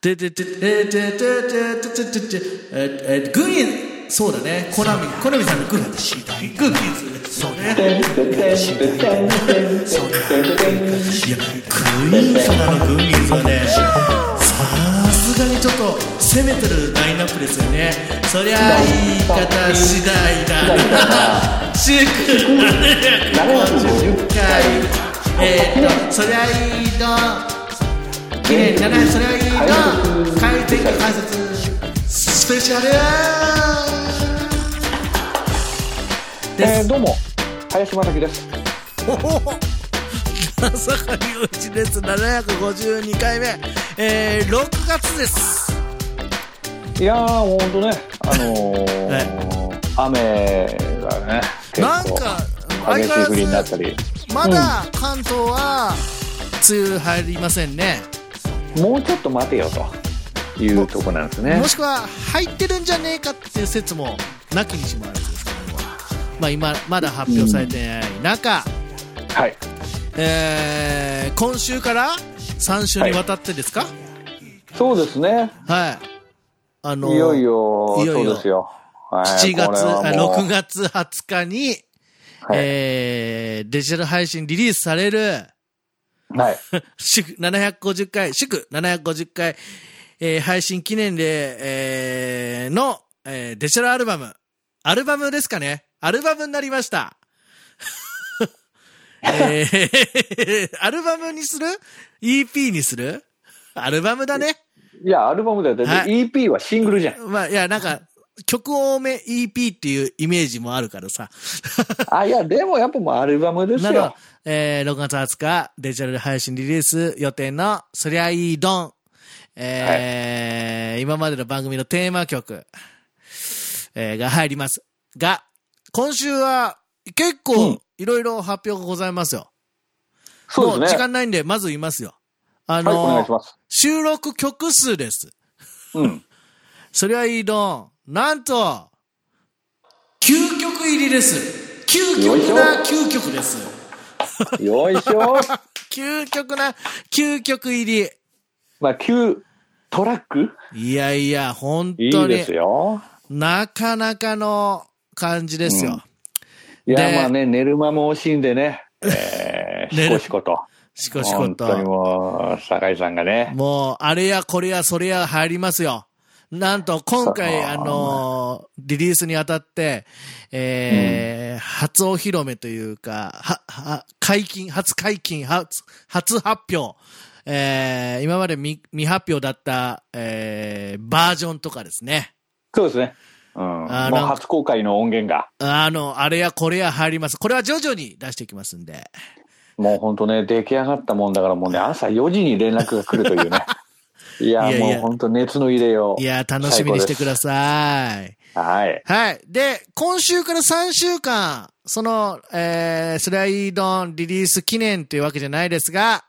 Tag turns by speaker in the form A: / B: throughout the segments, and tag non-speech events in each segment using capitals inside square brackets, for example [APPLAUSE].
A: で、で、で、えー、で、で、で、で、で、で、で、えー、えー、グーイン、そうだね。コナミ、コナミさんのグーイン。グーインズ。そうね。いや、グーインズなの、グーインズはね。さすがにちょっと攻めてるラインナップですよね。そりゃ、言い方次第だ。シュークだね。50回。えーと、そりゃいいの。綺麗にならそれはいいな回転解説スペシャルで
B: えー
A: す
B: どうも林正樹です
A: おおまさかにうちです752回目えー、6月です
B: いやーほんとねあのー
A: は
B: 雨がね結
A: なん
B: 構
A: か
B: 激しい降りになったり
A: まだ関東は梅雨入りませんね、
B: もうちょっと待てよというとこなんですね
A: もしくは入ってるんじゃねえかっていう説もなきにしもあらずですけどもまあ今まだ発表されてない中、
B: はい
A: えー今週から3週にわたってですか
B: そうですね
A: はい、あ
B: い
A: の
B: よいよ
A: いよいよ
B: そうですよ、はい、
A: 7
B: これ
A: 月
B: は
A: あ
B: もう
A: 6月20日に、
B: はい
A: えーデジタル配信リリースされる
B: はい
A: 祝750回祝750回、えー配信記念で、えーの、えーデジタルアルバムアルバムですかねアルバムになりま
B: [LAUGHS]
A: した、えーアルバムにする ?EP にするアルバムだね
B: いやアルバムだよだ
A: は
B: って EP はシングルじゃん、
A: まあ、いや、なんか、曲多め EP っていうイメージもあるからさ。
B: あいやでもやっぱもうアルバムです
A: なの
B: よ、
A: えー、6月20日、デジタル配信リリース予定の、そりゃいいどん。えー今までの番組のテーマ曲、えーが入ります。が、今週は、結
B: う
A: 構
B: ん、
A: いろいろ発表がございますよ。
B: そう
A: も
B: で
A: う
B: す
A: 時
B: ね
A: 間ないんで、まず言いますよ。あ
B: はいお願い
A: の
B: します
A: 収録曲数です。
B: うん
A: [LAUGHS] そりゃいいどん。なんと、究極入りです。究極な究極です。
B: よいしょ
A: 究極な究極入り。
B: まあ9トラック
A: いやいや、本
B: い
A: 当
B: い
A: に
B: です、よ
A: なかなかの感じですよ。
B: い
A: で
B: やまあね寝る間も惜しいんでねえ
A: [LAUGHS]
B: ー
A: 寝
B: し
A: る
B: こしこと
A: しこしこ
B: 本当に
A: と。
B: もう酒井さんがね
A: もう、あれやこれやそれや入りますよ。なんと、今回、
B: そう
A: あのーリリースにあたって、えー初お披露目というか、は、は、解禁、初解禁、初、初発表。えー今まで未未発表だった、えーバージョンとかですね。
B: そうですね。うん。
A: あ
B: もう
A: なんか
B: 初公開の音源が、
A: あの、あれやこれや入ります。これは徐々に出していきますんで。
B: もう本当ね、出来上がったもんだから、も
A: [LAUGHS]
B: うね、朝4時に連絡が来るというね。いや、
A: いやいや
B: もう本当熱の入れよう。
A: いやー、楽しみにしてくだ
B: さ
A: さい。
B: い。はい。
A: はい。で、今週から3週間、その、えー、スライドンリリース記念というわけじゃないですが、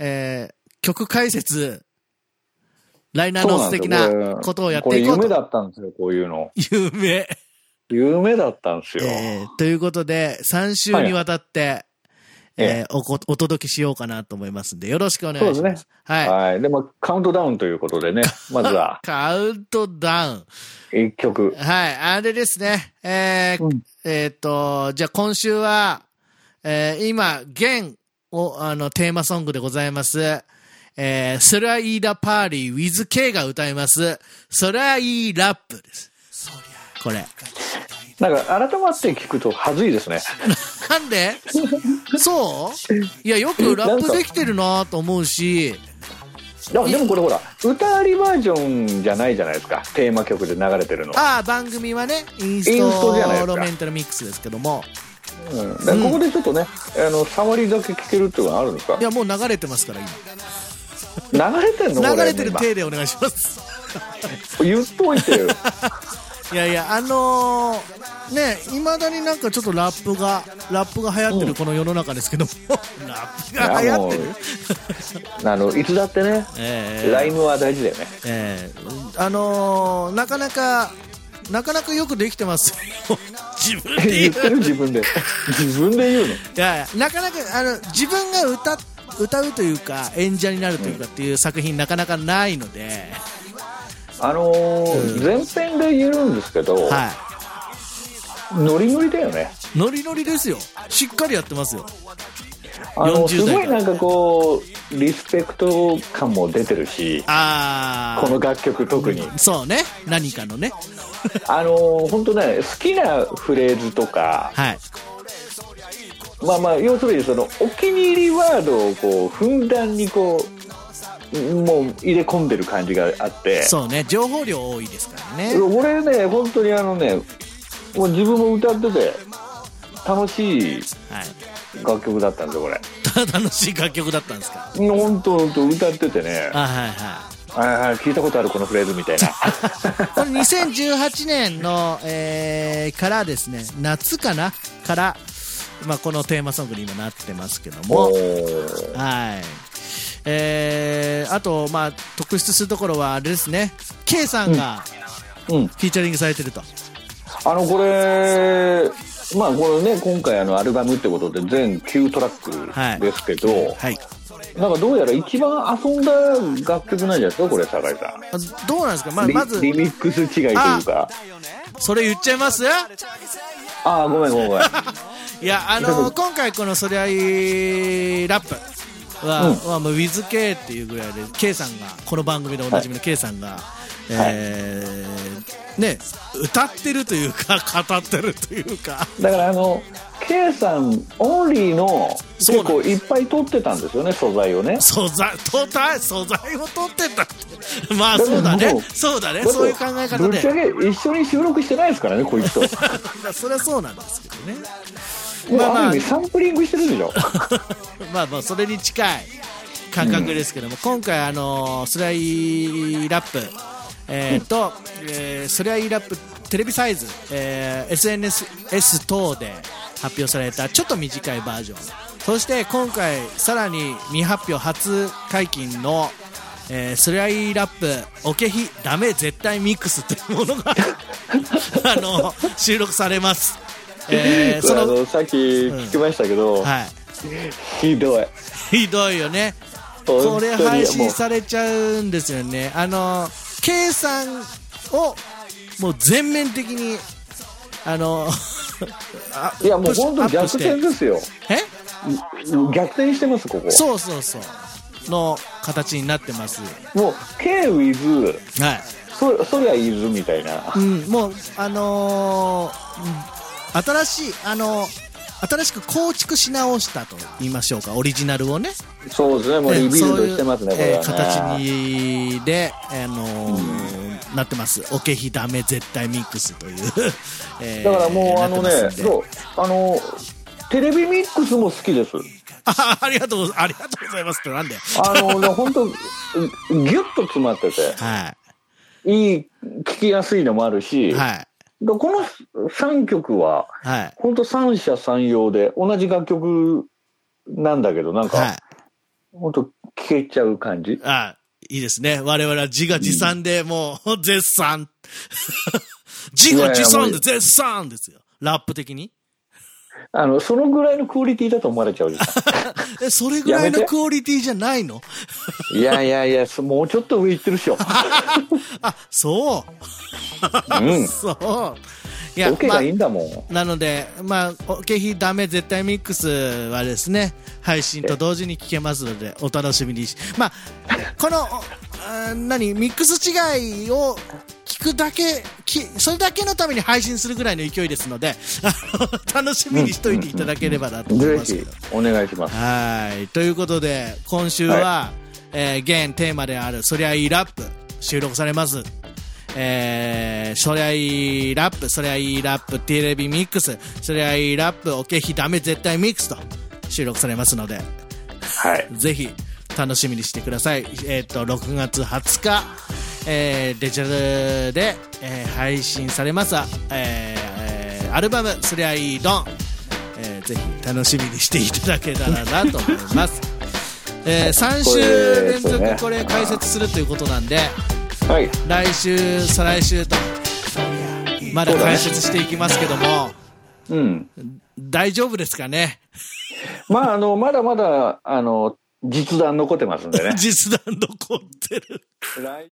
A: えー、曲解説、ライナーノース的
B: そうなんです
A: な
B: よ
A: ことをやっ
B: こ
A: て
B: れ
A: いこうと。
B: 夢だったんですよ、こういうの。
A: 夢。
B: 夢だったんですよ。
A: えーということで、3週にわたって、えーおこ、お届けしようかなと思いますんで、よろしくお願いします。
B: そうです
A: はい。
B: はい。で、まあ、カウントダウンということでね、まずは
A: カウントダウン。
B: 1曲。
A: はい、あれですね。えー
B: うん
A: えーっと、じゃあ今週は、えー今、現を、あの、テーマソングでございます。えー、そりゃいいだパーリー with K が歌います。そりゃいいラップです。これ。
B: なんか、改まって聞くと、はずいですね。
A: なんでそういや、よくラップできてるなと思うし、
B: いやでもこれほら、歌ありバージョンじゃないじゃないですか。テーマ曲で流れてるの。
A: ああ、番組はね、インス
B: インストじゃないです
A: ト
B: か
A: ロメンタルミックスですけども、
B: うん、だからここでちょっとね、あの、触りだけ聞けるっていうのはあるんですか
A: いや、もう流れてますから、
B: 流れてんの
A: 今。
B: こ
A: 流
B: れ
A: れてる
B: 今
A: 手でお願いします。
B: 言っといて
A: [LAUGHS]
B: よ
A: いやいや、あのー、ね、いまだになんかちょっとラップが、ラップが流行ってるこの世の中ですけども、ラップが
B: い
A: 流
B: や
A: 行
B: も
A: っ
B: う
A: てる
B: あのいつだってね、
A: え
B: ライムは大事だよね
A: えーあのー、なかなか、なかなかよくできてますよ。 [LAUGHS] 自分で
B: [LAUGHS]
A: 言
B: 言ってる
A: う。
B: 自分で自分で言
A: い
B: うの
A: やいや、なかなか、あの、自分が歌っ歌うというか演者になるというかっていう作品なかなかないので、
B: あのー
A: うん
B: 前編で言うんですけど、
A: は
B: ノリノリだよね
A: い、ノリノリですよしっかりやってますよ
B: あのす
A: 40代
B: ごいなんかこうリスペクト感も出てるし
A: あ
B: こ
A: あ
B: の楽曲特に
A: そうね何かのね
B: あの本当ね好きなフレーズとか
A: はい
B: まあまあ要するにそのお気に入りワードをこうふんだんにこうもう入れ込んでる感じがあって
A: そうね情報量多いですからね
B: 俺ね本当にあのねもう自分も歌ってて楽しい
A: はい
B: 楽曲だったんですよこれ
A: ただ楽しい楽曲だったんですか
B: 本当本当歌っててね
A: あはいは
B: はいはい聞いたことあるこのフレーズみたいな
A: いこれ2018年の、えーからですね夏かなから、まあ、このテーマソングに今なってますけども
B: おー
A: はい。えー、あと、まあ、特筆するところは、あれですね。K さんが、
B: うん
A: フィーチャリングされてると。
B: あのこれまあこれね今回あのアルバムってことで全9トラックですけど、
A: はい。
B: なんかどうやら一番遊んだ楽曲なんじゃないですかこれ酒井さん
A: あどうなんですかまあ、
B: リ
A: まず、
B: リミックス違いというか
A: それ言っちゃいます
B: ああごめんごめんごめん
A: いや、あのー今回この、そりゃいいラップは、
B: うん
A: はもう、WithK っていうぐらいで、K さんが、この番組でおなじみの K さんが、えー、ね、歌ってるというか、語ってるというか、
B: だからあの K さんオンリーの
A: そう
B: 結
A: なん
B: 構いっぱい撮ってたんですよね素材をね
A: 素材、とた素材を取ってたって。まあ、そうだ
B: だって
A: ね
B: も。う
A: そうだね。そういう考え方
B: ぶっ
A: で
B: ち。ゃけ一緒に収録してないですからねこいつ
A: [LAUGHS]
B: と
A: まあ [LAUGHS] それはそうなんですけどね。
B: もう
A: まあまあ
B: ある意味サンプリングしてるでしょ
A: まあまあ、それに近い感覚ですけども、今回、あのースライラップ、えーと、えースライラップテレビサイズ、えー SNS 等で発表されたちょっと短いバージョン。そして今回、さらに未発表初解禁の、えースライラップ、おけひ、ダメ、絶対ミックスというものが、 [LAUGHS] あのー収録されます。えーそ
B: あ
A: の、
B: のさっき聞きましたけど、
A: はい。
B: ひどい
A: ひどいよね。こ
B: 本当
A: れ
B: に
A: 配信
B: も
A: されちゃうんですよね。あの、K さんを、もう全面的に、あの、 [LAUGHS] あ
B: ういやも
A: プ
B: う
A: ッシュ
B: 本当
A: アップ
B: 逆
A: して
B: 転ですよ
A: え
B: 逆転してますここ
A: そうそうそう。の形になってます。
B: もう K with
A: はい。
B: そそりゃいるみたいな
A: うん、もう、あのーうん新しい、あのー新しく構築し直したと言いましょうか、オリジナルをね。
B: そうですねもう
A: え
B: リ
A: え
B: ビル
A: そう
B: ド
A: いう
B: してますねこれ
A: え
B: は
A: ー
B: ね
A: 形にで、あのーなってます。おけひダメ絶対ミックスという。 [LAUGHS] えー
B: だからもうあの
A: なってま
B: ね
A: すんで
B: そうあのテレビミックスも好きです
A: [LAUGHS] あありがとうございます。ありがとうございますってなんで。
B: あ
A: [LAUGHS]
B: のね本当ギュッと詰まってて
A: はい
B: い聞きやすいのもあるし、
A: い。はい。
B: だこの3曲は
A: はい。
B: 本当三者三様で同じ楽曲なんだけどなん
A: は
B: か本当聞けちゃう感じ
A: い。あいいですね。我々は自画自賛で、もう、 [LAUGHS] 絶賛。自画自賛で絶賛ですよ。ラップ的に。
B: あのそのぐらいのクオリティだと思われちゃうじゃん
A: え、それぐらい
B: や
A: の
B: めて
A: クオリティじゃないの [LAUGHS]
B: いやいやいやそもうちょっと上行ってるっしょ
A: あ、そうう。 [LAUGHS]
B: ん
A: そう。いや、
B: オケ
A: まあ
B: がいいんだもん、
A: なので、まあ、おけひダメ絶対ミックスはですね、配信と同時に聞けますので、お楽しみにし、まあ、この、おあー何、ミックス違いを聞くだけ、きそれだけのために配信するぐらいの勢いですので、あの楽しみにしといていただければなと思い
B: ぜ
A: ますけ
B: ひ
A: ど。
B: お願いします
A: はい。ということで、今週は、えー現テーマである、そりゃいいラップ、収録されます。えー、そりゃいいラップ、そりゃいいラップ、テレビミックス、そりゃいいラップ、おけひダメ絶対ミックスと収録されますので、
B: はい
A: ぜひ楽しみにしてください。えっ、と、6月20日、えーデジタルで、えー配信されます、えーえーアルバム、すりゃいいドン、えーぜひ楽しみにしていただけたらなと思います。え3週連
B: これですね
A: 続これ解説するということなんで、
B: はい
A: 来週、再来週と、まだ解説していきますけども、
B: うん
A: 大丈夫ですかね
B: まああのまだまだあの実弾残ってますんでね
A: [LAUGHS] 。実弾残ってる。
B: 来